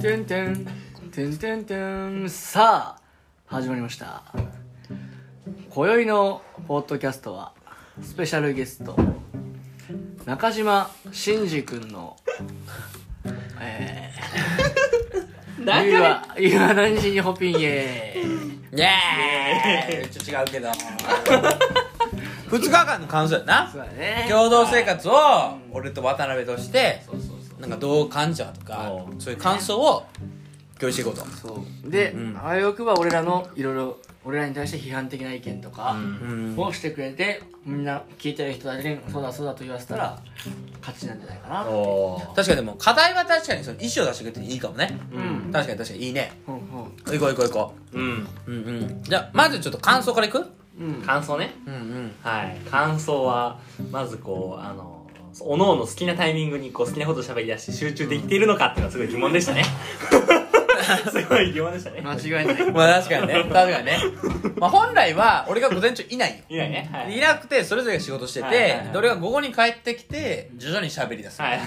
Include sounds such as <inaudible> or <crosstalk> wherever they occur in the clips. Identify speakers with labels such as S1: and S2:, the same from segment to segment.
S1: てんてんてんてんてんさあ始まりました今宵のポッドキャストはスペシャルゲスト中島真司君のえー
S2: 流れ
S1: ゆうはゆうは何時にホピンへ
S3: イエーイちょっと違うけど2日間の感想やな
S1: そうだね
S3: 共同生活を俺と渡辺としてなんかどう感じたとかそういう感想を共有していこうと
S1: そうで、
S3: ん
S1: あわよくば俺らのいろいろ俺らに対して批判的な意見とか
S3: ん
S1: をしてくれて、みんな聞いてる人たちにそうだそうだと言わせたら勝ちなんじゃないかな
S3: 確かにでも課題は確かにその意思を出してくれていいかもね
S1: うん
S3: 確かに確かにいいね
S1: ほんほん
S3: 行こう行こう行こ
S2: うん
S3: ううんうんじゃあまずちょっと感想からいく
S1: うん
S2: 感想ね
S3: うんうん
S2: はい感想はまずこうあのおのおの好きなタイミングにこう好きなこと喋り出して集中できているのかっていうのはすごい疑問でしたねすごい疑問でしたね
S1: 間違いない
S3: まあ確かにね確かにねまあ本来は俺が午前中いないよ
S2: いないねはい
S3: いなくてそれぞれが仕事して
S2: はいはい
S3: て
S2: はい
S3: どれが午後に帰ってきて徐々に喋り出す
S2: はい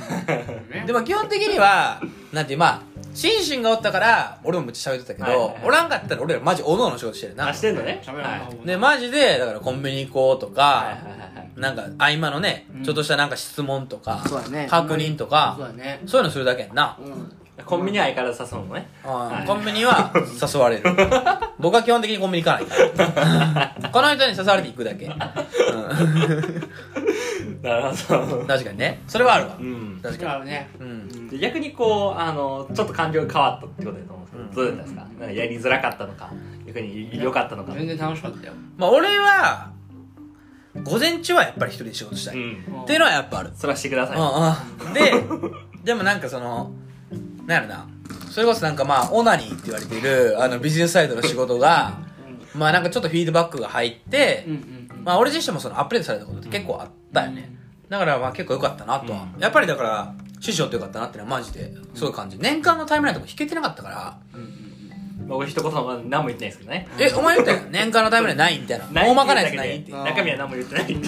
S3: でも基本的にはなんていうまあシンシンがおったから俺もむっちゃ喋ってたけど、
S2: はいはいはい
S3: おらんかったら俺らマジおのおの仕事してるな
S2: あしてんのね
S1: 喋らんな
S2: はい
S1: ほんま
S3: でマジでだからコンビニ行こうとか、
S2: はいはいはいはい
S3: なんか合間のね、
S1: うん
S3: ちょっとしたなんか質問とか
S1: そうだね
S3: 確認とか
S1: そうだね
S3: そういうのするだけやんな、
S1: う
S2: コンビニは相変わらず誘うのね
S3: うん
S2: はい
S3: コンビニは誘われる
S2: <laughs>
S3: 僕は基本的にコンビニ行かないからこの人に誘われて行くだけ、うん、
S2: なるほど
S3: 確かにねそれはあるわ、
S2: うん
S3: 確
S1: んだか
S3: から
S1: ね
S3: に、うん、
S2: で逆にこうあのちょっと感情が変わったってことだと思うんですけど、
S3: う
S2: どうだったんですかなんかやりづらかったのか逆に良かったのか
S1: 全然楽しかったよ
S3: まあ俺は午前中はやっぱり一人で仕事したい、
S2: う
S3: っ
S2: ん
S3: ていうのはやっぱある
S2: それはしてください、
S3: うんうん、ででもなんかそのなんやろなそれこそなんかまあオナニーって言われてるあのビジネスサイトの仕事がまあなんかちょっとフィードバックが入って、
S1: うんうん
S3: まあ俺自身もそのアップデートされたことって結構あったよね、だからまあ結構良かったなとは、
S2: う
S3: やっぱりだから師匠ってよかったなっていうのはマジですごい感じ年間のタイムラインとか引けてなかったから、
S2: まあ、俺一言も何も言ってないですけどね
S3: えお前言ったよ年間のタイムラインないみた <laughs> いな大まかなやつないって
S1: 言うだ
S2: 中身は何も言ってないって
S3: う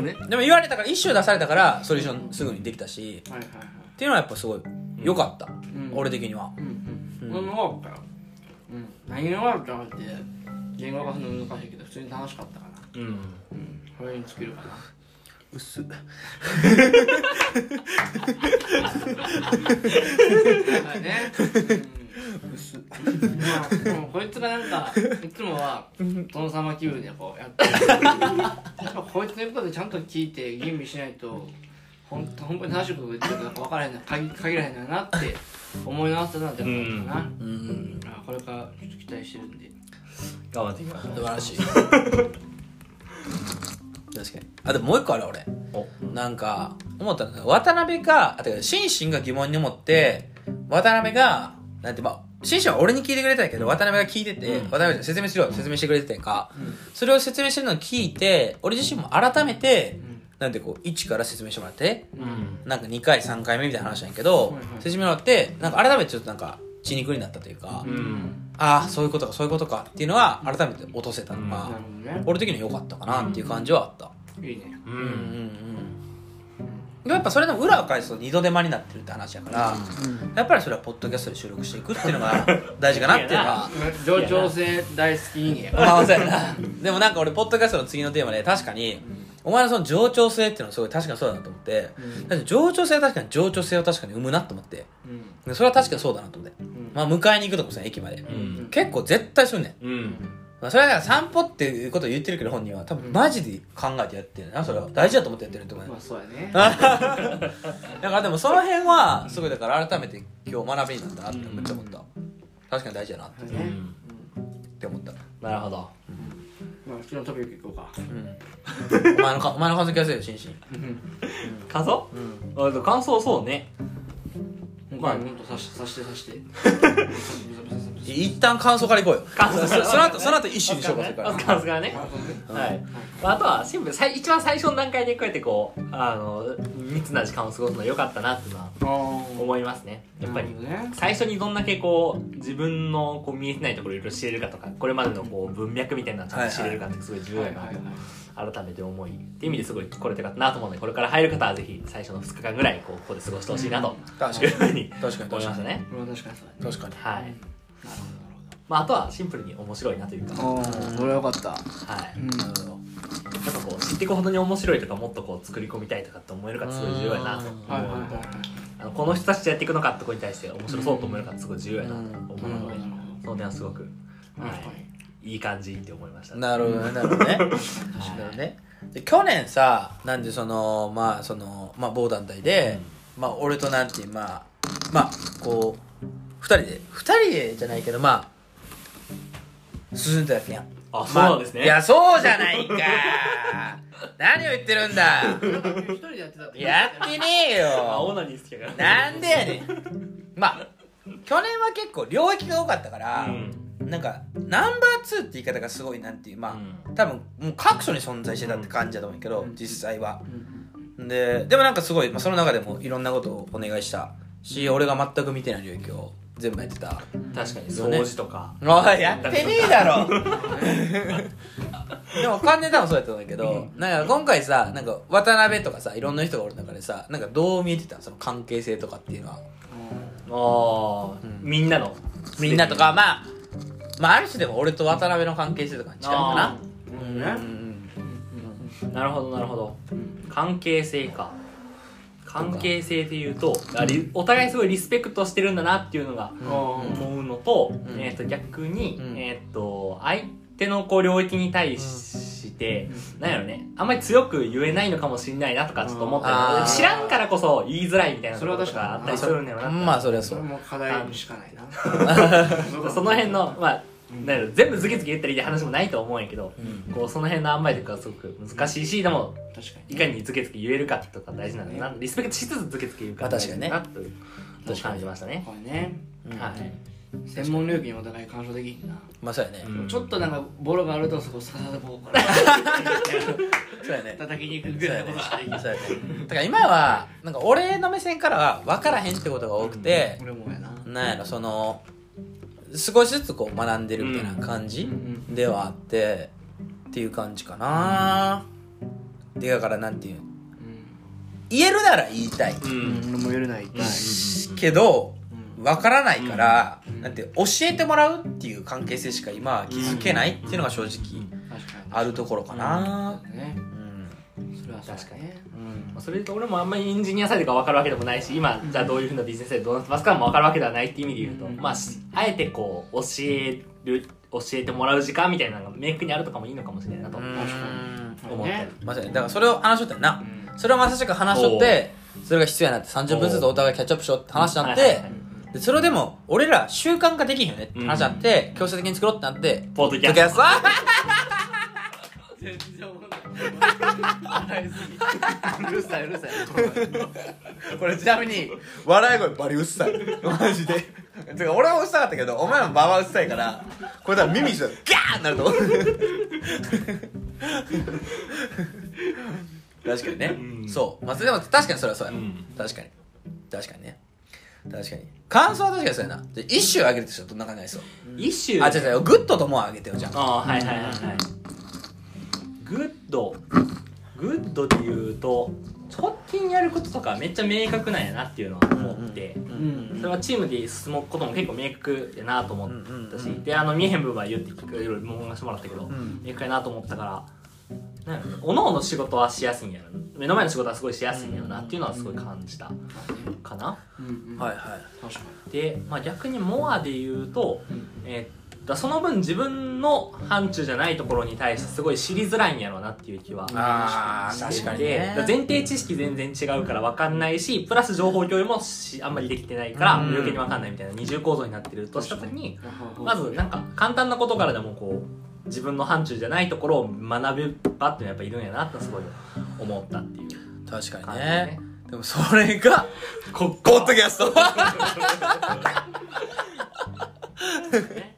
S3: ん
S1: ね
S3: うんでも言われたから一周出されたからソリューションすぐにできたし
S1: はいはいはい
S3: っていうのはやっぱすごい良かった、
S1: ん
S3: 俺的には
S1: うんう
S3: うんん
S1: 俺も悪かったようん何が悪かったかって言語化するの難しいけど普通に楽しかったから
S2: うん
S1: うんこれに尽きるかな
S3: 薄っ
S1: だね。うん、まあ、でもこいつがなんか、いつもは、殿様気分でこうやってる。やっぱこいつの言うことでちゃんと聞いて、吟味しないと、ほんと、本当に正しいこと言ってるか分からへんな、限限らへんのやなって思い直したなって思ったかな。
S3: うん
S1: あこれからちょっと期待してるんで。
S2: 頑張っていきましょう
S3: 素晴らしい <laughs> 確かにあでももう一個ある俺
S2: お
S3: なんか思ったのが渡辺があてかシンシンが疑問に思って渡辺がなんてまあシンシンは俺に聞いてくれたんやけど渡辺が聞いてて、
S2: うん
S3: 渡辺が説明するよ説明してくれてたんやんか、それを説明してるのを聞いて俺自身も改めて、なんてこう一から説明してもらって
S2: うん
S3: なんか2回3回目みたいな話なんやけど、
S1: はいはい
S3: 説明もらってなんか改めてちょっとなんか血肉になったというか、
S2: うん
S3: ああそういうことかそういうことかっていうのは改めて落とせたの
S1: なる
S3: が、
S1: ほ
S3: 俺的には良かったかなっていう感じはあった、
S1: どね。いいね。
S3: う
S2: う
S3: ん、うんうん
S2: ん
S3: でもやっぱそれの裏を返すと二度手間になってるって話やから、やっぱりそれはポッドキャストで収録していくっていうのが <laughs> 大事かなっていうのは
S1: 冗長性大好きいいね。
S3: まあそうやなでもなんか俺ポッドキャストの次のテーマで確かに、お前のその冗長性っていうのはすごい確かにそうだなと思って、
S1: うん
S3: だって冗長性は確かに冗長性を確かに生むなと思って
S1: うん。
S3: でそれは確かにそうだなと思って、
S1: ん
S3: まあ迎えに行くとかもさ駅まで、
S2: ん
S3: 結構絶対するねん
S2: うん
S3: まあ、それはだから散歩っていうことを言ってるけど本人は多分マジで考えてやってるなそれは大事だと思ってやってると思う
S1: ま
S3: よ <laughs>
S1: あ、そうやね。
S3: だからでもその辺はすごいだから改めて今日学びになったなってめっちゃ思った確かに大事だなって
S1: ね
S3: って思った
S2: なるほど
S1: まあ、普通のトピック行こうか。
S3: お前のかお前の感想聞かせよシンシン
S2: 感想うんあ感想そうね
S1: まあ、ほんと刺し刺して刺 <laughs> して。
S3: 一旦感想からいこうよ
S2: 感想
S3: そその後その後一種に
S2: 感
S3: 紹
S2: 想
S3: 介するから
S2: 感想がねはいあとはシンプルさい一番最初の段階でこうやってこうあの密な時間を過ごすのが良かったなっていうのは
S1: 思
S2: 思いますねやっぱり
S1: ね。
S2: 最初にどんだけこう自分のこう見えてないところをいろいろ知れるかとかこれまでのこう文脈みたいなのをちゃんと知れるかってすごい重要
S1: は
S2: だ
S1: い
S2: な
S1: はい
S2: と
S1: はい。
S2: 改めて思いっていう意味ですごい来れたかったなと思うのでこれから入る方はぜひ最初の2日間ぐらいこうここで過ごしてほしいなと
S3: 確か
S2: い
S3: に
S2: うふうに
S3: 確かに
S2: 思いましたね
S1: これは確かにそうだね
S3: 確かに
S2: はい、
S1: なる
S2: まあ、あとはシンプルに面白いなというか、は
S1: ほどなるほどおーそれはよかった
S2: い、
S1: うん
S3: なるほど
S2: やっぱこう知っていくほどに面白いとかもっとこう作り込みたいとかって思えるからすごい重要やなと思うのと
S1: はいはいはい
S2: あのこの人たちとやっていくのかってことに対して面白そうと思えるからすごい重要やなと思うので、
S1: うんうん
S2: その点はすごく、
S1: はい
S2: は
S1: はい
S2: い、いい感じって思いました
S3: なるほどねなるほどね
S2: <laughs>
S3: なるほどねで去年さなんでそのまあそのまあ某団体で、まあ俺となんてまあまあこう2人で2人でじゃないけどまあ進んでたやん
S2: あそうなんですね
S3: まあいやそうじゃないか何を言ってるんだ
S1: 一人でやってたって
S3: やってねえ
S2: <laughs> あオ
S3: よ
S2: ナニー好きやから
S3: なんでやねんまあ去年は結構領域が多かったから、
S2: うん
S3: なんかナンバー2って言い方がすごいなんていうまあ、
S2: うん
S3: 多分もう各所に存在してたって感じだと思うけど、実際は
S1: うん
S3: ででもなんかすごい、まあ、その中でもいろんなことをお願いしたし俺が全く見てない領域を全部やってた
S2: 確かに
S3: そうね
S2: 掃除とか、
S3: おい <laughs> やってねえだ <laughs> ろでも関連多分そうやったんだけど、なんか今回さなんか渡辺とかさいろんな人がおる中でさなんかどう見えてたその関係性とかっていうのは
S2: あーみんなの
S3: みんなとかまあまあある種でも俺と渡辺の関係性とかに近いかな
S2: あ
S1: う
S3: うんん
S1: ね
S2: なるほどなるほど関係性か関係性でいうとあリお互いすごいリスペクトしてるんだなっていうのが
S1: あ
S2: 思うのと,、
S3: ん
S2: えー、と逆に、
S3: うん
S2: えー、と相手のこう領域に対して、なんやろねあんまり強く言えないのかもしれないなとかちょっと思ったり
S3: うんあー
S2: 知らんからこそ言いづらいみたいなところ
S1: それ
S2: があ
S1: は
S2: っ
S1: 確か
S2: たり
S1: に
S2: するんだよなって
S3: まあそりゃ
S1: ー
S3: そ
S1: それ
S3: う
S1: も課題にしか <laughs> ないな
S2: その辺の、まあ、なんやろ全部ズキズキ言ったりって話もないと思うんやけど、
S3: うん
S2: こうその辺のあんまりとかすごく難しいしでも
S1: 確かに
S2: いかにズキズキ言えるかとか大事なんだなリスペクトしつつズキズキ言うから
S3: まあ確かにね
S2: なというのを感じましたね。
S1: これね
S3: うん
S2: はい
S1: 専門領域にお互い干渉できんな
S3: まあそうやね、
S2: うん
S1: ちょっとなんかボロがあるとそこささでこうから
S3: そうやね
S1: 叩きに行くぐらいのことしかできん
S3: そうやねだから今はなんか俺の目線からは分からへんってことが多くて、
S1: 俺もやな
S3: なんやろその少しずつこう学んでるみたいな感じ
S1: うん
S3: ではあってっていう感じかな、でだからなんていう
S1: う
S3: 言えるなら言いたい、
S2: うん
S1: ん俺もやるない痛い
S3: けど
S1: うん
S3: 分からないから、
S1: うん
S3: なんて教えてもらうっていう関係性しか今は気づけないっていうのが正直
S1: 確かに
S3: あるところかな、
S1: ね
S3: うん
S1: それはそうだね
S2: 確かにまあそれと俺もあんまりエンジニアサイドが分かるわけでもないし今じゃあどういうふうなビジネスでどうなってますかも分かるわけではないっていう意味で言うと、
S1: うん
S2: まあしあえてこう教える教えてもらう時間みたいなのが明確にあるとかもいいのかもしれないなと、
S3: うん
S2: 思ったり
S3: まさにだからそれを話しとったよな、
S1: うん
S3: それをまさしく話しとってそれが必要やなって30分ずつお互いキャッチアップしようって話になっ
S2: はいはいは
S3: て
S2: い
S3: でそれでも俺ら習慣化できんよねって話になって、強制的に作ろうってなって
S2: ポッドキャ
S3: ポッ
S2: ス
S3: ドキャス
S1: 全然思わない笑いすぎうるさいうるさい
S3: トこれちなみに笑い声バリうっさいマジでてか俺はうっさかったけどお前もババうっさいからこれ多分耳したらギャーってなると思う確かにね、
S2: うん
S3: そうまあでも確かにそれはそうや、
S2: うん
S3: 確かに確かにね確かに感想は確かにそうやなで一周あげるとしたらどんな感じなんですよ
S2: 一種
S3: あ、違う違う、グッドともあげてよ、じゃあ。
S2: ああーはいはいはいはいグッドグッドで言うと直近やることとかめっちゃ明確なんやなっていうのは思って、
S3: う
S1: うん
S2: それはチームで進むことも結構明確やなと思ったし、
S3: うんうんうん
S2: であの見えへん部分は言って聞くいろいろ文言してもらったけど、
S3: ん
S2: 明確やなと思ったからなんやろおのおの仕事はしやすいんやろ目の前の仕事はすごいしやすいんやろなっていうのはすごい感じたかな、
S1: うん
S3: はいいはい。
S1: 確か
S2: で、まあ、逆にモアで言うと、
S1: うん
S2: えーだその分自分の範疇じゃないところに対してすごい知りづらいんやろうなっていう気は
S3: あー
S2: してて
S3: 確かにね
S2: だ前提知識全然違うから分かんないしプラス情報共有もしあんまりできてないから
S3: うん
S2: 余計に分かんないみたいな二重構造になってるとした時に
S1: に
S2: まずなんか簡単なことからでもこう自分の範疇じゃないところを学べばっていうのはやっぱいるんやなってすごい思ったっていう
S3: 確か
S2: 感
S3: に
S2: じ
S3: ね
S2: ね。
S3: でもそれが、
S2: こ
S3: ポッドキャスト確
S2: ね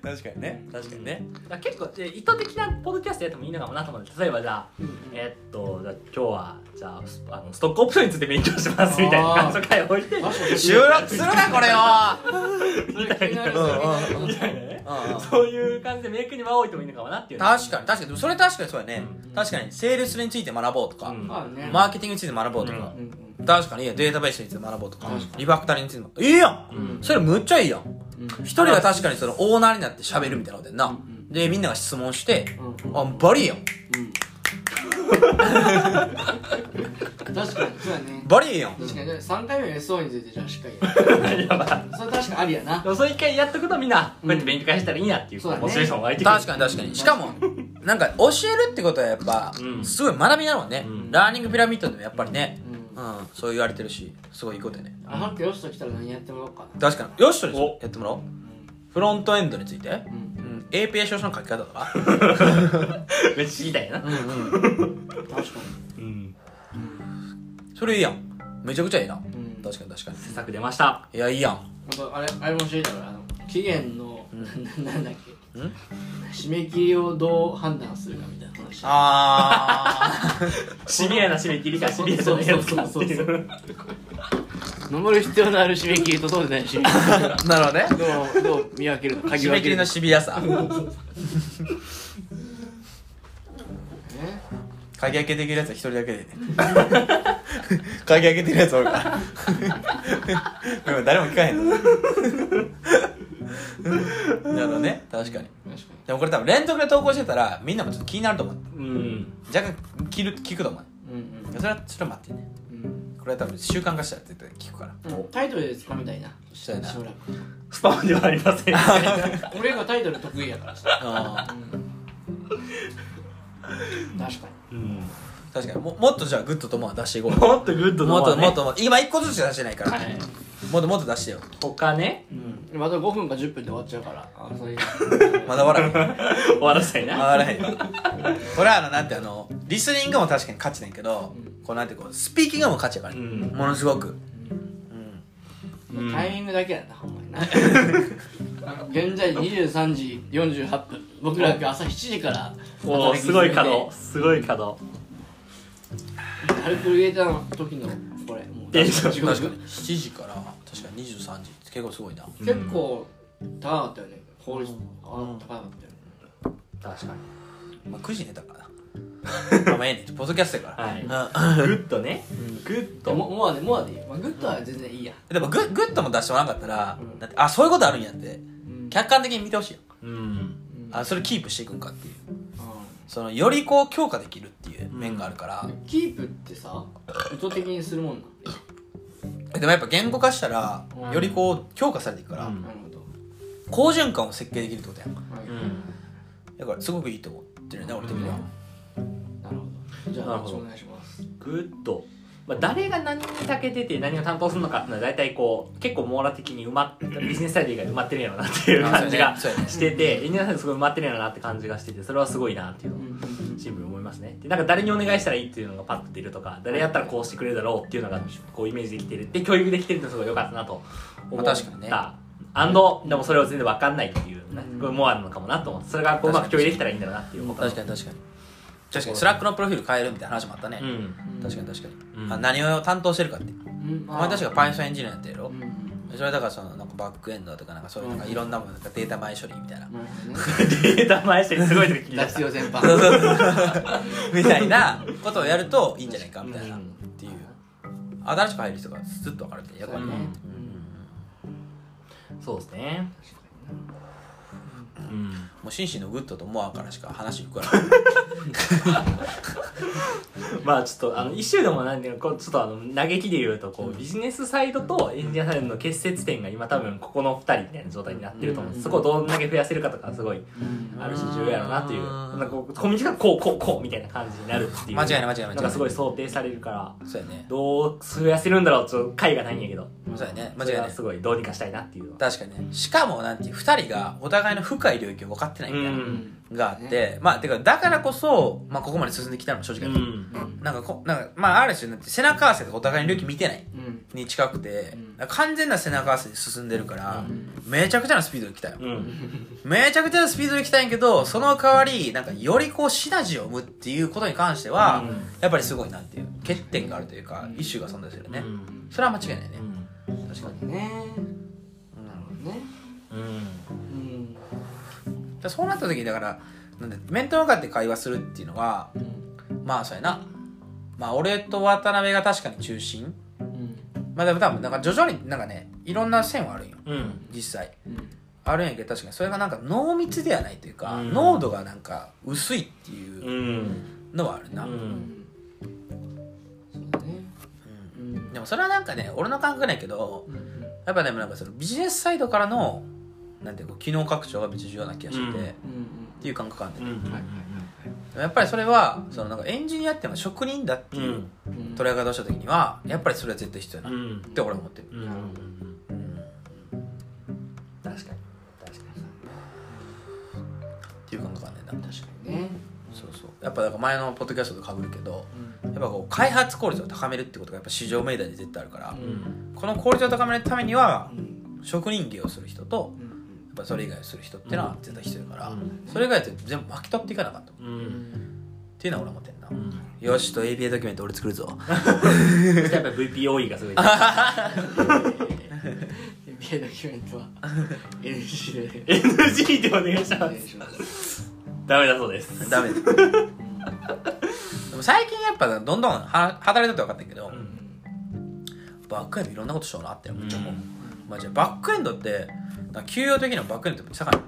S3: かにね。確かにね。
S2: だから結構で意図的なポッドキャストやってもいいのかもなと思って例えばじゃあ、えーっとじゃあ今日はじゃあスあのストックオプションについて勉強しますみたいな感じの回を置いて
S1: 確かに
S3: 収録するな、これを
S1: それ気になるそれ気になる
S3: うんうん
S2: みたいなね
S3: うんうん
S2: そういう感じでメイクに輪を置いてもいいのかもなっていうのは
S3: 確かに確かにでもそれ確かにそうやね、確かにセールスについて学ぼうとか、
S2: うん
S1: まあね
S3: マーケティングについて学ぼうとか、
S1: うん
S3: 確かにデータベースについて学ぼうとか
S1: 確かに
S3: リファクタリングについてもいいやん、
S2: うん
S3: それむっちゃいいやん
S1: うん
S3: 一人が確かにそのオーナーになって喋るみたいなことやんな、
S1: ん
S3: でみんなが質問して、
S1: う
S3: あバリいいやん
S1: うん確かにそうやね
S3: バリいいやん
S1: 確かに3回目の SO についてじゃあしっかりやる
S2: やば <laughs> い
S1: それ確かにありやな
S2: でもそれ一回やっとくとみんなこうやって勉強会したらいいなっていう
S1: そうだね
S2: モチベーション湧いてくる
S3: 確かに確かにしかもなんか教えるってことはやっぱ、
S2: うん
S3: すごい学びになるもんね、
S2: うん
S3: ラーニングピラミッドでもやっぱりね、
S1: うん
S3: うんそう言われてるしすごいいいことやね
S1: あはっけよしと来たら何やってもらおうかな
S3: 確かによしとり
S2: お
S3: やってもらおうフロントエンドについて、
S1: う
S3: うんん、API 証書の書き方とか
S2: めっちゃ知りたいな
S1: 確かに
S2: うん
S3: それいいやんめちゃくちゃいいな、
S1: ん
S3: 確かに確かに
S2: 施策出ました
S3: いやいいやん
S1: なんかあれあれも教えたからあの期限の、ななんだっけ
S3: ん
S1: 締め切りをどう判断するかみたいな話
S3: あ
S2: シビアな締め切りかシビアじゃないやつかってい
S1: そうそう守る必要のある締め切りとそうでない締め切
S3: あ <laughs> なるほど
S2: <laughs>
S3: ね
S1: りどうどう見分けるの鍵
S3: 締
S1: 分
S3: め
S1: け
S3: 切り
S1: る
S3: のシビアさ
S1: ね
S3: 鍵開けできるやつは一人だけでね鍵開けてるやつおるからでも誰も聞かへんのなるほどね確かに
S1: 確か
S3: でもこれ多分連続で投稿してたらみんなもちょっと気になると思う
S2: うん
S3: 若干聞る聞くと思う
S1: にうん
S3: それはちょっと待ってね
S1: うん
S3: これは多分習慣化したら絶対聞くから
S1: うんタイトルでつかみたいな
S3: したいな
S1: しばらく
S2: スパムではありませんは
S1: 俺がタイトル得意やからさ
S3: あ
S1: 確か
S2: い <laughs> うん
S3: ー <laughs> 確かにももっとじゃあグッドともは出していこう
S2: もっとグッド
S3: もっ
S2: の方
S3: と
S2: はね
S3: もっともっと今一個ずつしか出してないから、
S2: はい
S3: もっともっと出してよ
S2: 他ね
S1: にうんまた5分か10分で終わっちゃうからあそういう
S3: まだ笑わへん
S2: 終わらせたいな
S3: 笑わへんこれはあのなんてあのリスニングも確かに価値なんやけど、こうなんてこうスピーキングも価値やから、ね
S2: うん
S3: ものすごく、
S2: うん
S1: タイミングだけやなほんまに
S2: <laughs>
S1: な現在23時48分僕らが朝7時から
S2: おーすごい稼働すごい稼働
S1: アルクリエイターの時のこれもう
S2: テンション
S1: 地獄
S3: 確かに7時から確かに23時って結構すごいな
S1: 結構高かったよね効率あ高かったよね
S2: 確かに
S3: まあ、9時寝たからな <laughs> まあええねんポッドキャストやから、
S2: はい
S3: うん <laughs>
S2: グッドねグッ
S1: で
S2: ド
S1: もモアでモアでいいよまあグッドは全然いいや
S3: でもググッドも出してもらわなかったら、
S1: うん
S3: だってあそういうことあるんやって
S1: うん
S3: 客観的に見てほしいよ、
S2: うん
S3: あそれキープしていくんかっていうそのよりこう強化できるっていう面があるから、
S1: キープってさ意図的にするもんな
S3: でもやっぱ言語化したら、
S1: うん
S3: よりこう強化されていくから、
S2: うん
S1: なるほど
S3: 好循環を設計できるってことやん
S1: はい
S2: うん
S3: だからすごくいいと思ってるね俺的には、
S1: なるほどじゃ
S2: な
S1: あ
S2: るほど
S1: お願いします
S2: グッドまあ、誰が何に長けてて何を担当するのかっていうのは大体こう結構網羅的に埋まっビジネスサイド以外で埋まってるんやろなっていう感じが
S3: そうやね
S2: しててエンジニアさんすごい埋まってるんやろなって感じがしててそれはすごいなっていうのをシンプルに思いますねでなんか誰にお願いしたらいいっていうのがパッと出るとか誰やったらこうしてくれるだろうっていうのがこうイメージできてるで教育できてるってのがすごい良かったなと思
S3: ま
S2: った、
S3: あ確かにね
S2: アンドでもそれを全然分かんないっていう
S1: うん
S2: これもあるのかもなと思ってそれがこううまく共有できたらいいんだろうなっていう思った
S3: 確かに確かに確かにスラックのプロフィール変えるみたいな話もあったね、
S2: うん
S3: 確かに確かに、
S2: うん <laughs>
S3: あ何を担当してるかって
S1: に
S3: お前確かパイソンエンジニアやってるやろ、
S1: うん
S3: それだからそのなんかバックエンドとかなんかそういうなんか
S1: うん
S3: いろんなものなんかデータ前処理みたい
S1: な
S3: な、
S1: るほ
S2: <laughs>
S1: どね
S2: データ前してすごい時聞いた
S1: 脱用全般
S3: そうそうそう <laughs> みたいなことをやるといいんじゃないかみたいな、
S2: うん
S3: っていう新しく入る人がスッと分かるって役割が、
S2: そうやね
S3: うん
S2: そうですねうん
S3: もう心身のグッドとモアからしか話いくから
S2: まあちょっとあの一周でもなんていうのこうちょっとあの嘆きで言うとこうビジネスサイドとエンジニアサイドの結節点が今多分ここの2人みたいな状態になってると思うんですそこをどんだけ増やせるかとかすごい
S1: うん
S2: あるし重要やろうなとい
S3: う
S2: う
S3: ん
S2: なんかこうコミュニケーションがこうこうこうみたいな感じになるっていう
S3: 間違いない間違いない間違いない
S2: んかすごい想定されるから
S3: そうやね
S2: どう増やせるんだろうちょっと回がないんやけど
S3: そうやね間
S2: そ
S3: 違い
S2: れ
S3: な
S2: はいすごいどうにかしたいなっていうのは
S3: 確かにねしかもなんていう2人がお互いの深い領域を分かってないみたいな、
S2: うん
S3: があって、まあてかだからこそ、まあ、ここまで進んできたのも正直
S2: う
S3: だと思うんなんかこなんかまあある種なんて背中合わせでお互いの領域見てない
S1: うん
S3: に近くて、
S1: ん
S3: 完全な背中合わせで進んでるから、
S2: うん
S3: めちゃくちゃなスピードで来たよ、
S2: うん
S3: めちゃくちゃなスピードで来たんやけどその代わりなんかよりこうシナジーを生むっていうことに関しては、
S2: うん
S3: やっぱりすごいなっていう欠点があるというか、イシューが存在するね、
S2: うん
S3: それは間違いないね、
S2: うん
S3: 確かに
S1: ねなるほどね
S2: うん
S1: うん
S3: らそうなった時にだからなんだ面と向かって会話するっていうのはまあそうやなまあ俺と渡辺が確かに中心まあでも多分なんか徐々になんかねいろんな線はあるんよ
S2: うん
S3: 実際あるんやけど確かにそれがなんか濃密ではないというか、
S2: うん
S3: 濃度がなんか薄いっていううんのはある
S2: う
S3: な、
S2: ん
S3: うんでもそれはなんかね俺の感覚なんやけどやっぱでもなんかそのビジネスサイドからのなんていうか機能拡張がめっちゃ重要な気がしてて、
S2: う
S3: っ
S2: ん
S3: ていう感覚があるんだよね
S2: うん
S3: でもやっぱりそれはそのなんかエンジニアっていうのは職人だって
S2: う
S3: いうん捉え方をした時にはやっぱりそれは絶対必要やな
S2: うん
S3: って俺は思ってる、
S2: うん
S3: うん
S2: 確かに確かに
S3: っていう感覚があるんだよなそうそうやっぱだから前のポッドキャストとかぶるけどやっぱこう開発効率を高めるってことがやっぱ市場命題で絶対あるから、
S2: うん
S3: この効率を高めるためには職人芸をする人とやっぱそれ以外をする人ってのは絶対必要だから、
S2: うん
S3: それ以外って全部巻き取っていかなあかったっ
S2: うん
S3: ていうのは俺は思ってんな、
S2: うん
S3: よしと APA ドキュメント俺作るぞ
S2: そしてやっぱり VPOE がすごい
S1: NBA ドキュメントは NG で
S2: NG でお願いし
S1: お
S2: ま
S1: 願い
S2: す
S1: します
S2: ダメだそうです
S3: ダ
S2: <laughs>
S3: メだでも最近やっぱどんどんは働いてて分かったけど、
S2: うん
S3: バックエンドいろんなことしようなってめっちゃ思う、まあ、じゃあバックエンドってなんか給与的にはバックエンドってめっちゃ高い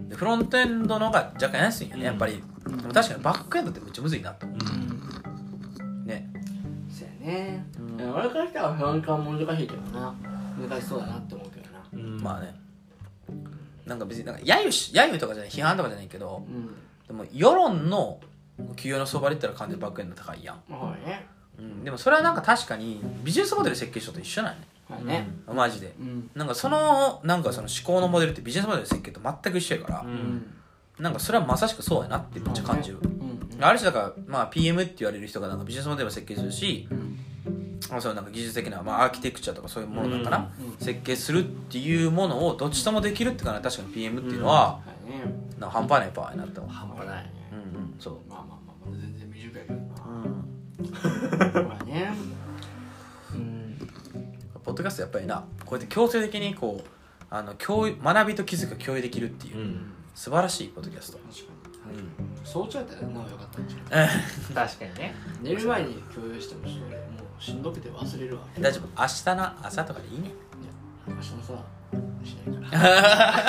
S3: のでフロントエンドの方が若干安いんよね、
S2: うん
S3: やっぱりでも確かにバックエンドってめっちゃむずいなと思うね
S1: そうやね俺からしたらフランカーも難しいけどな難しそうだなって思うけどな
S2: うん
S3: まあねなんか別になんか揶揄し揶揄とかじゃない批判とかじゃないけど
S1: うん
S3: でも世論の給与の相場で言ったら完全にバックエンド高いやん、
S1: まあほらね
S3: うん、でもそれはなんか確かにビジネスモデル設計書と一緒なんやね
S1: ほらね
S3: マジで
S1: うん
S3: なんかそのなんかその思考のモデルってビジネスモデル設計と全く一緒やから
S2: う、
S1: うん
S2: ん
S3: なんかそれはまさしくそうやなってめっちゃ感じる、
S1: うん
S3: ある種だから、まあ、PM って言われる人がなんかビジネスモデルを設計するし
S1: うん
S3: まあそのなんか技術的な、まあ、アーキテクチャとかそういうものだから、
S1: うんうん
S3: 設計するっていうものをどっちともできるっていうから確かに PM っていうのは、
S1: はいね
S3: なんか半端ないパワーになったわ
S2: 半端ない
S3: うんうんそ
S1: まあまあまあまだ全然未熟やけど
S3: う、うん、
S1: なほらねうん
S3: ポッドキャストやっぱりなこうやって強制的にこうあの教育学びと気づきを共有できるっていう、
S2: うん
S3: 素晴らしいポッドキャスト、
S1: 確か
S3: う
S1: に
S3: ん、
S1: 早朝やったらなおよかったんじゃない
S2: 確かにね
S1: 寝る前に共有してもそれもうしんどくて忘れるわ
S3: 大丈夫明日の朝とかでいいね
S1: 明日のさしないから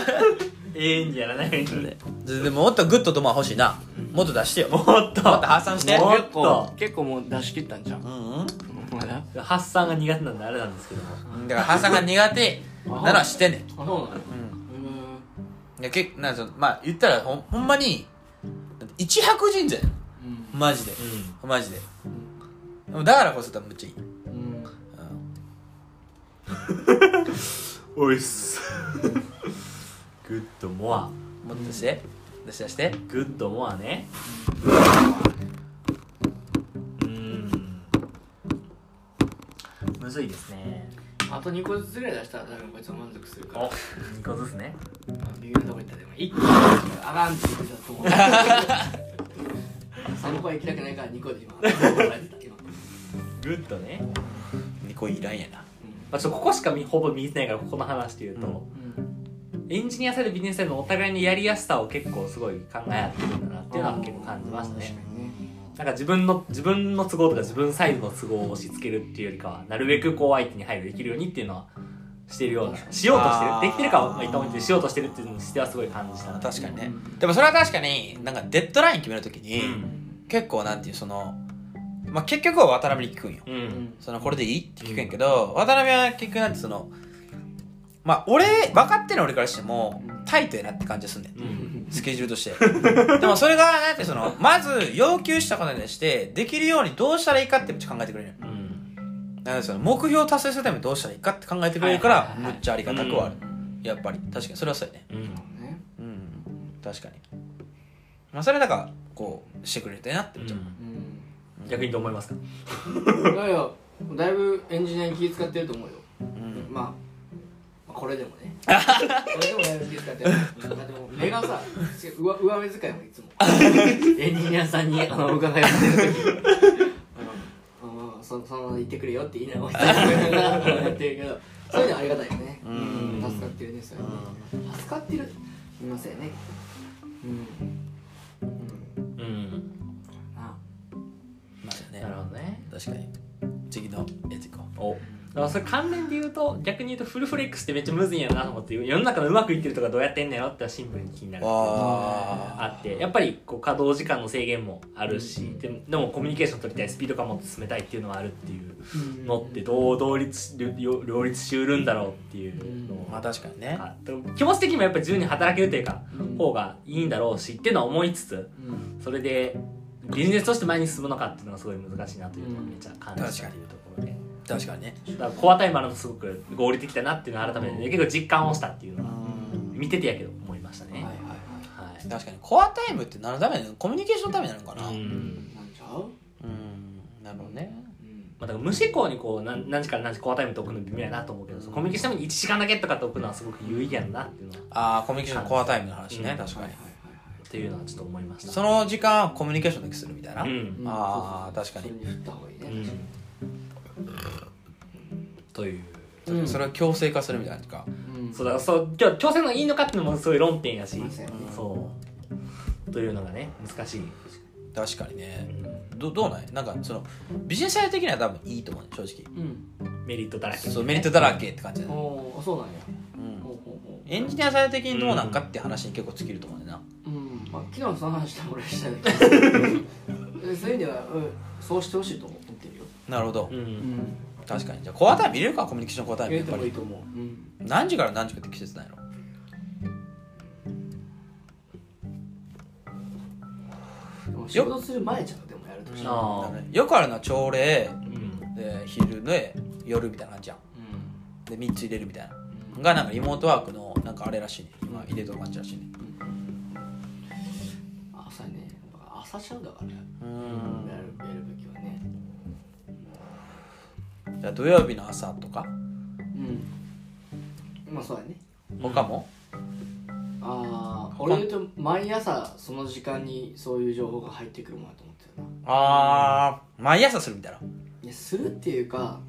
S2: ええんじゃないので
S3: ででももっとグッドとまあ欲しいなもっと出してよもっ
S2: もっ
S3: と
S2: と
S3: 破産して
S2: も
S1: 結構結構もう出し切ったんじゃん
S3: うんうん
S1: まだ
S2: 発散が苦手なんであれなんですけども
S3: だからハサが苦手ならしてんねん。
S1: あそうなのう
S3: うんん。でけなんかそのまあ言ったらほんほんまに一白人じゃん
S1: うん
S3: マジで、
S2: う
S3: マジで。でもだからこそ多分むっちゃいい。
S1: うん
S3: うん
S2: おいっす <laughs> グッドモア
S3: もっと出して出し出して。
S2: グッドモアねうんむずいですね
S1: あと2個ずつぐらい出したら多分こいつは満足するから
S2: お2個ずつね
S1: まあ微妙なとこ行ったらでも1個あらんって言ってたと
S2: <laughs>
S1: 思うその子は行きたくないから2個で今怒られてた今
S2: グッドね、
S3: 2個いらんやな。
S2: まあ、ちょっとここしか見ほぼ見てないからここの話で言うと、
S3: うん
S1: うん
S2: エンジニアサイドビジネスサイドのお互いのやりやすさを結構すごい考え合ってるんだなっていうのは結構感じましたねなんか自分の自分の都合とか自分サイドの都合を押し付けるっていうよりかはなるべくこう相手に配慮できるようにっていうのはしてるようなしようとして
S3: あー
S2: るできてるかはまあ一旦置いてしようとしてるっていうのにしてはすごい感じたな
S3: 確かに
S1: う
S3: ね
S1: ん。
S3: でもそれは確かになんかデッドライン決めるときに、
S2: うん
S3: 結構なんていうその、まあ結局は渡辺に聞くんよ。
S2: うんう
S1: うんん
S3: そのこれでいいって聞くんやけど、渡辺は結局なんてその、まあ俺、分かってる俺からしても
S1: うん、
S3: タイトやなって感じがすんねん。
S2: うん
S3: スケジュールとして。でもそれが、なんてその、まず要求したことに対して、できるようにどうしたらいいかってめっちゃ考えてくれる。
S2: うん
S3: なんでその、目標を達成するためにどうしたらいいかって考えてくれるから、
S1: はいはいはいはい
S3: むっちゃありがたくはある。やっぱり。確かに、それはそうやね。
S2: うん
S1: ね
S3: うん。確かに。まあそれだから、こう、してくれたいなってめっちゃ思う。
S1: う
S2: 逆にどう思いますか
S1: んいやいやだいぶエンジニアに気使ってると思うよ
S3: うん。
S1: まあまあこれでもねこれでもだいぶ気遣ってるだってもう目がさうわ上目遣いもいつもエンジニアさんにあの伺いをしてる時あのうんそそのまま言ってくれよって言いながらやってるけどそういうのはありがたいよね
S3: うん
S1: 助かってるねそれね助かってるいませんねうんうん
S2: うん
S1: あ
S3: まあね
S2: なるほどね
S3: 確かに次のやついこ
S2: おだからそれ関連で言うと逆に言うとフルフレックスってめっちゃむずいんやなと思って世の中のうまくいってるとかどうやってんねやろってシンプルに気にな
S3: う
S2: る
S3: わ
S2: あってやっぱりこう稼働時間の制限もあるし、でもでもコミュニケーション取りたいスピード感もっと進めたいっていうのはあるっていう
S1: うん
S2: のってどう同立両両立しうるんだろうっていうのを
S3: ーまあ確かにね
S2: あでも気持ち的にもやっぱり自由に働けるというか、
S1: うん
S2: 方がいいんだろうしっていうのは思いつつ
S1: うん
S2: それでビジネスとして前に進むのかっていうのがすごい難しいなというのを
S1: うん
S2: めっちゃ感じたというところで、
S3: 確かにね
S2: だからコアタイムあるのすごく合理的だなっていうのを改めて、ね、結構実感をしたっていうのは見ててやけど思いましたね。
S3: はいは
S2: はいい
S3: 確かにコアタイムって何のためなのコミュニケーションのためなのかな
S2: う
S3: うん
S2: ん
S1: なんちゃう
S3: なるほどね
S1: うん
S2: まあ、だから無施行にこう何何時から何時コアタイムって置くの微妙やなと思うけど、そのコミュニケーションのために1時間だけとかって置くのはすごく有意義やんなっていうのは
S3: ああコミュニケーションコアタイムの話ね
S2: うん
S3: 確かに
S2: っていうのはちょっと思いました。
S3: その時間コミュニケーションだけするみたいな
S2: うん
S3: あー
S1: そうそうそう
S3: 確かに
S1: それに振った方がいいね、
S2: とい
S1: う
S2: う。
S1: ん
S3: それを強制化するみたいなか
S1: うん
S2: そうだからそう今日強制のいいのかっていうのもすごい論点やし、
S1: まあそうやね
S2: そうというのがね難しい、
S3: 確かにね
S2: う
S3: どどうないなんかそのビジネスサイド的には多分いいと思うね正直
S1: うん
S2: んメリットだらけ
S3: そうメリットだらけって感じだね
S1: おーあそうなんや
S3: うん
S1: ほうほうほう
S3: エンジニアサイド的にどうなんかって話に結構尽きると思うんだよ
S1: うんまあ昨日もその話した俺したけどうんそういう意味では、うん、そうしてほしいと思ってるよ、
S3: ななるほど
S2: う
S1: うんん、
S3: 確かにじゃあコアタイム入れるかコミュニケーションコアタイム
S1: 入れ
S3: やってぱ
S1: もいい
S3: り
S1: と思う、うん、
S3: 何時から何時かって季節なんやろ
S1: でも仕事する前ちゃうでもやるとしたら
S2: ああ
S3: よくあるのは朝礼
S2: うん
S3: で昼で夜みたいな感じやん
S1: うん
S3: で3つ入れるみたいながなんかリモートワークのなんかあれらしいね今入れとる感じらしいね
S1: 朝ねだから朝ちゃうだからや
S3: う
S1: るやるべきはね
S3: んじゃあ土曜日の朝とか
S1: うんまあそうやね
S3: 他も
S1: ああ俺言うと毎朝その時間にそういう情報が入ってくるもんやと思ってるな
S3: ああ毎朝するみたいない
S1: やするっていうか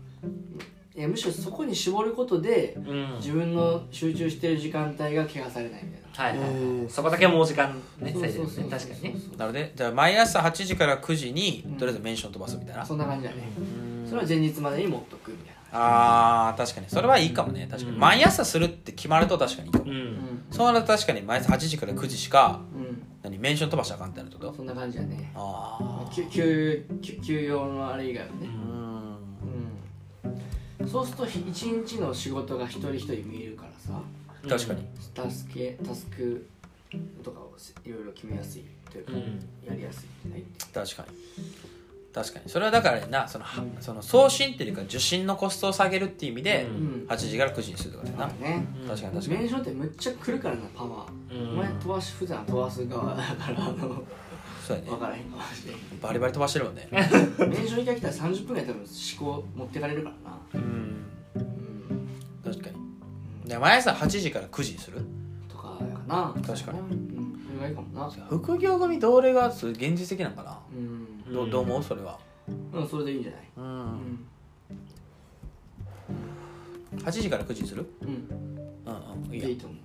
S1: いやむしろそこに絞ることで
S2: うん
S1: 自分の集中してる時間帯が怪我されないみたいな
S2: はいはいは
S3: う
S2: いそこだけはもう時間ね
S1: そう
S2: 最
S1: そう
S2: 低
S1: そう
S2: ね確かにね
S3: なのでじゃあ毎朝8時から9時にとりあえずメンション飛ばすみたいな、
S1: そんな感じだね
S3: うん
S1: それは前日までに持っとくみたい
S3: あー確かにそれはいいかもね確かに、
S2: うん
S3: 毎朝するって決まると確かにいいかも、
S2: う
S1: なん
S3: そうなると確かに毎朝8時から9時しか
S1: うん
S3: 何メンション飛ばしたらあかんってなるってこと
S1: そんな感じだね
S3: あ
S1: 休休休休養のあれ以外はね
S3: あうん
S1: うんそうするとひ一日の仕事が一人一人見えるからさ
S3: 確かに
S1: タスクタスクとかをせいろいろ決めやすいというか、
S2: うん
S1: やりやすいね
S3: 確かに確かにそれはだからなその,、その送信っていうか受信のコストを下げるっていう意味で、
S1: う
S2: う
S1: ん
S3: 8時から9時にするとかだよな、
S1: まあね
S2: うん
S3: 確かに確か
S1: メ
S3: に
S1: ンションってむっちゃ来るからなパワー、
S2: うん
S1: お前飛ばし普段飛ばす側だからあの
S3: そうやね
S1: 分からへんかもしれ
S3: バリバリ飛ばしてるもんね
S1: んメンション一回来たら30分ぐらい多分思考持ってかれるからな
S3: うん
S1: うん
S3: 確かにで毎朝8時から9時にする
S1: とかやかな
S3: 確かに
S1: うんそれがいいかもな
S3: 副業組どれがそれ現実的なのかな、
S1: うん
S3: ど
S2: うん
S3: どう思うそれは
S1: うんそれでいいんじゃない
S3: うん
S1: うん
S3: 8時から9時にする
S1: うん
S3: うんうんいい
S1: い
S3: や
S1: いと思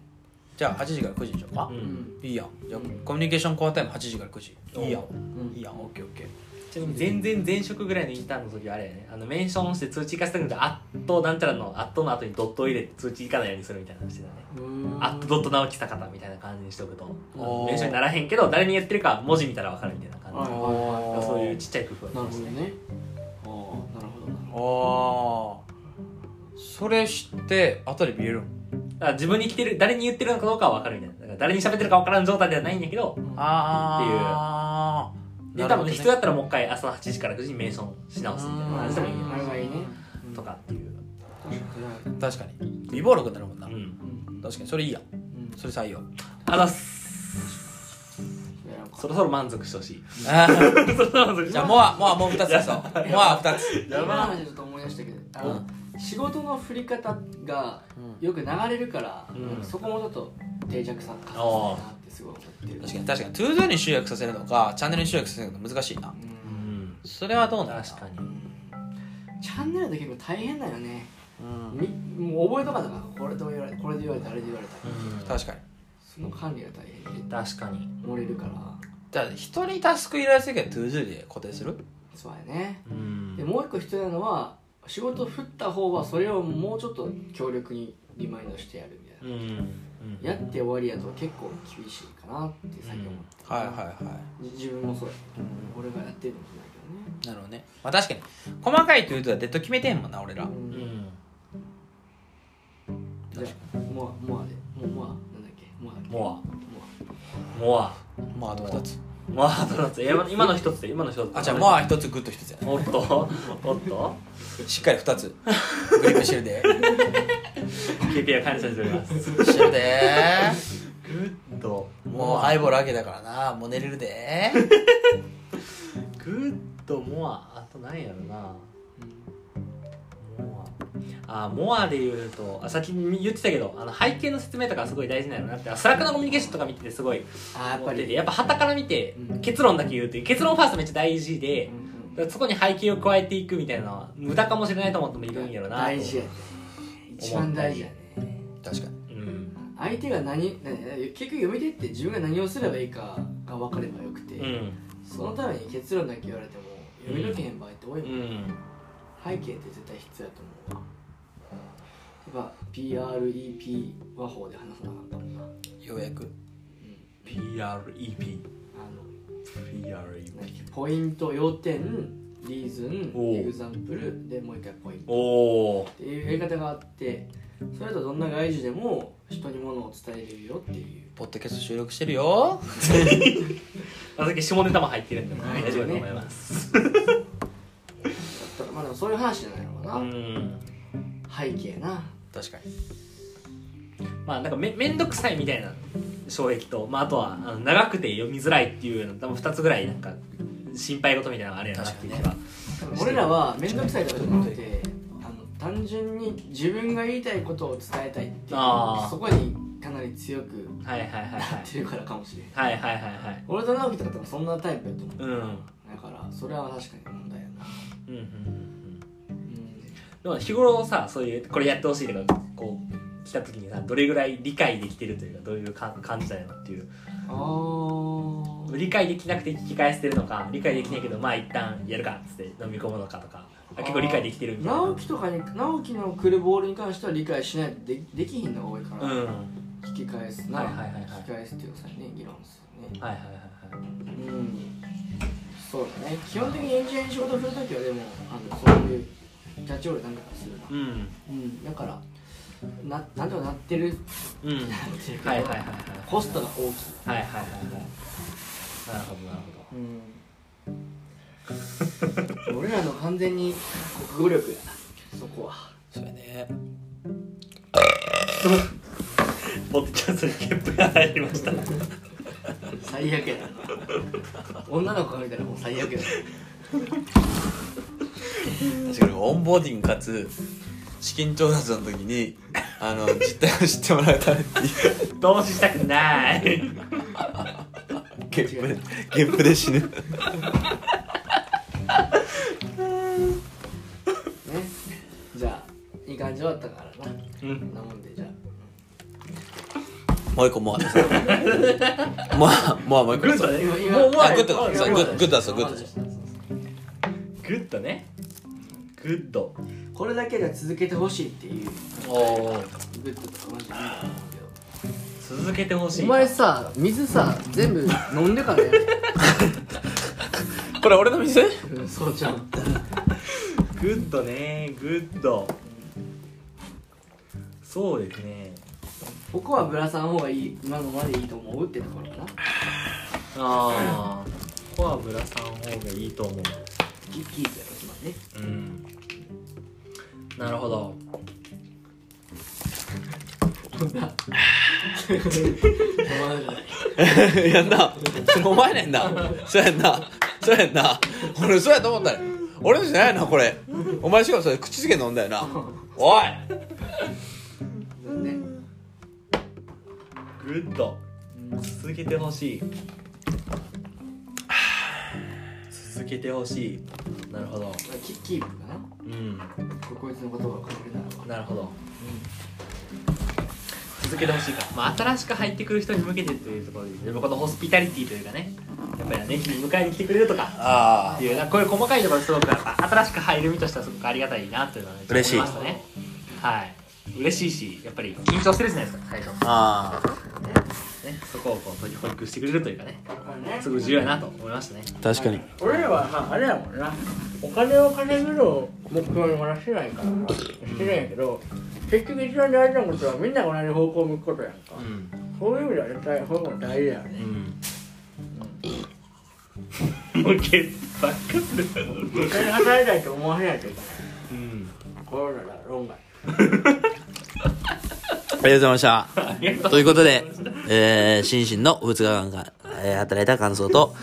S3: じゃあ8時から9時にしようか、
S2: う
S1: ううんん
S3: いいやんじゃあコミュニケーションコアタイム8時から9時いいやん、
S1: うん
S3: いいやんオッケーオッケー
S2: ちなみに全然前職ぐらいのインターンの時はあれやねあのメンションして通知行かせたくてアットなんちゃらのアットの後にドットを入れて通知行かないようにするみたいなのしてたねアットドット直樹坂田みたいな感じにしておくと
S3: おー
S2: メンションにならへんけど誰に言ってるか文字見たらわかるみたいな感じ
S1: はい
S2: だからそういうちっちゃい工夫
S1: な
S2: は
S1: る
S2: で
S1: ほ
S2: す
S1: ど
S2: ね
S1: ねああなるほどなるほ
S3: ああそれ知って後で見える
S2: だから自分に来てる誰に言ってるのかどうかはわかるみたいなだから誰に喋ってるかわからん状態ではないんだけ
S1: ど
S2: ど
S3: ああって
S2: で多分ね人だったらもう一回朝8時から9時にメンションし直すみたいな
S1: あ
S2: 感
S1: れ
S2: じでもいいよ
S1: あれがいいね
S2: とかっていう
S1: 確かに
S3: 確かに微暴録になるもんな、
S2: うん
S1: うん
S3: 確かにそれいいやん
S1: うん
S3: それ採用
S2: あざっす
S1: やろうか
S2: そろそろ満足してほしい
S3: あー
S2: <laughs> そろそろ満足して
S3: <laughs> じゃあ
S2: ほし
S3: モアモアもう2つ出そう <laughs> モア2つ
S1: 今の話でちょっと思い出したけどあの、仕事の振り方がよく流れるから、
S2: ん
S1: なんかそこもちょっと定着させたいなってすごい思ってる
S3: 確かに確かに t o d o に集約させるのかチャンネルに集約させるのか難しいない
S2: いうん
S3: それはどうなの
S2: 確かに
S1: チャンネルって結構大変だよね、
S3: うん
S1: みもう覚えとかだからこれと言われこれで言われたあれで言われた、
S2: うん
S3: 確かに
S1: その管理が大変で
S2: 確かに
S1: 漏れるから
S3: だから人にタスク依頼するけど ToDo で固定する
S1: そうやね
S2: うん
S1: でもう一個必要なのは仕事を振った方はそれをもうちょっと強力にリマインドしてやるみたいな、
S2: うんうん
S1: やって終わりやと結構厳しいかなって最近思った、
S3: はいはいはい
S1: い、自分もそうや、俺がやってるのもしれ
S3: なるほどねまあ確かに細かい ToDo はデッド決めてへんもんな俺ら
S1: ないけど
S2: う
S1: ね、
S2: ん
S1: じゃあモアモアでもうモアなんだっけモアだっけ
S2: モ
S1: ア
S2: アモア
S3: まああと2つ
S2: モアとだっていや今の一つで今の一つ
S3: あじゃあまあ1つグッと1つや
S2: おっとおっと
S3: しっかり2つグリップしてるで
S2: KPI 感謝しております
S3: してるで
S2: グッド
S3: もうハイボール開けたからなもう寝れるで
S2: グッドモアあと何やろなモアあモアで言うとあさっき言ってたけどあの背景の説明とかすごい大事なのなってあスラックのコミュニケーションとか見ててすごい
S1: あやっ
S2: 思
S1: ぱ
S2: ってて
S1: り
S2: やっぱ旗から見て
S1: うん
S2: 結論だけ言うっていう結論ファーストめっちゃ大事
S1: う
S2: で
S1: んうん
S2: だからそこに背景を加えていくみたいなのは無駄かもしれないと思ってもいるんやろなと
S1: 大事やね一番大事やね
S3: 確かに
S2: うん
S1: 相手が何な結局読み手って自分が何をすればいいかが分かればよくて、
S2: うん
S1: そのために結論だけ言われても読み解けへん場合って多いも、
S2: うんん
S1: 背景って絶対必要だと思うわやっぱ PREP 和法で話さなあかったもんな、うん、
S3: ようやく
S2: PREP
S1: あの
S2: PREP
S1: なんだっけポイント要点リーズ
S2: お
S1: ン
S2: う
S1: エグザンプルでもう一回ポイント
S2: おお
S1: っていうやり方があってそれだとどんな外事でも人にものを伝えれるよっていう
S3: ポッドキャスト収録してるよ
S2: さっき下ネタも入ってるんで
S1: はい
S2: 大丈夫だと思います
S1: だからまあでもそういう話じゃないのかな、
S2: うん
S1: 背景な
S3: 確かに
S2: まあなんかめめんどくさいみたいな衝撃と、まあ、あとはあの長くて読みづらいっていうの多分2つぐらいなんか心配事みたいなのがあるやろなっていう気は、
S1: 俺らは面倒くさいとかじゃなくてあの単純に自分が言いたいことを伝えたいっていう
S2: あー
S1: そこにかなり強く
S2: はいはいはいはい
S1: なってるからかもしれん
S2: はいはいはいはい
S1: 俺と直樹とか多分そんなタイプやと思う
S2: うんうん
S1: だからそれは確かに問題やな
S2: うんうん
S1: うん
S2: でも日頃さそういうこれやってほしいとかこう来た時にさどれぐらい理解できてるというかどういうか感じだよっていう
S1: あー
S2: 理解できなくて聞き返してるのか理解できないけどまあ一旦やるかっつって飲み込むのかとかあ結構理解できてるみたいな
S1: 直樹とかに直樹の来るボールに関しては理解しないとでできひんのが多いから、
S2: うん
S1: 聞き返すな、
S2: はいはいはいはい
S1: 聞き返すっていうさね議論するね
S2: はいはいはいはい
S1: うんそうだね基本的にエンジニアに仕事をするときはでもあのそういうキャッチボールなんかするな
S2: うん
S1: うんだからななんとかなってる
S2: うんはい
S1: なってるけど
S2: はいはいはい
S1: コストが大きい
S2: はいはいはいはいなるほどなる
S1: うん <laughs> 俺らの完全に国語力やなそこは
S3: そうやね
S2: ほどポッドキャストにゲップが入りました
S1: 最悪やな女の子が見たらもう最悪やな
S3: 確かにオンボーディングかつ資金調達の時にあの実態を知ってもらうために
S2: 投資したくない
S3: ゲップでゲップで死ぬ
S1: ねじゃあいい感じ終わったからな
S2: うん
S1: こんなもんでじゃあ
S3: もう一個もうもうもうもう一個
S2: グッドね
S1: 今今
S2: もうもう
S3: あグッド
S2: もう
S3: そう
S2: もう
S3: グッドだそうグッドだ
S2: グッドねグッド
S1: これだけでは続けてほしいっていう
S2: おお
S1: グッドとかマジでいいんだと思うけど
S2: 続けてほしい
S1: お前さ水さ全部飲んでからやれ
S3: これ俺の店
S1: うん <laughs> そうちゃん
S2: グッドねグッドそうですね
S1: ここはブラさんの方がいい今のまでいいと思うってところかな
S2: ああコアブラさんの方がいいと思う
S1: キキーズやろつまりね
S2: うんなるほど
S1: 止まらない
S3: <laughs> やんなそれお前ねんなそうやんなそうやんな俺そうやと思ったね俺のじゃないなこれお前しかもそれ口づけ飲んだよなおい
S1: ね
S2: グッド続けてほしい続けてほしいなるほど
S1: まあキキープかな
S2: うん
S1: ここいつの言葉を隠れならば
S2: なるほど、続けてほしいから、まあ、新しく入ってくる人に向けてというところでこのホスピタリティというかねやっぱりね君迎えに来てくれるとか
S3: あ
S2: っ
S3: あ
S2: ていうなこういう細かいところすごくやっぱ新しく入る身としてはすごくありがたいなというのはね
S3: 嬉しい
S2: 思ましたねはい嬉しいしやっぱり緊張してるじゃないですか最初
S3: あ
S2: ね、そこをこう取り保育してくれるというかねすごく重要やなと思いましたね
S3: あ確かに
S1: 俺らはまああれやもんなお金を稼ぐのを目標にもらしてないからしてないけど結局一番大事なことはみんなが同じ方向を向くことやんか
S2: うん
S1: そういう意味では絶対方向大事だよね
S2: <laughs> もうケツばっかする
S1: 絶対に働いたいと思わせないといけない
S2: うん
S1: コロナだ論外
S3: ありがとうございました
S2: ありがと
S3: と
S2: う
S3: いうことで、えー、心身の不仏が、えー、働いた感想と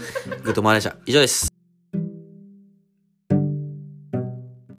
S3: グッドマネージャー以上です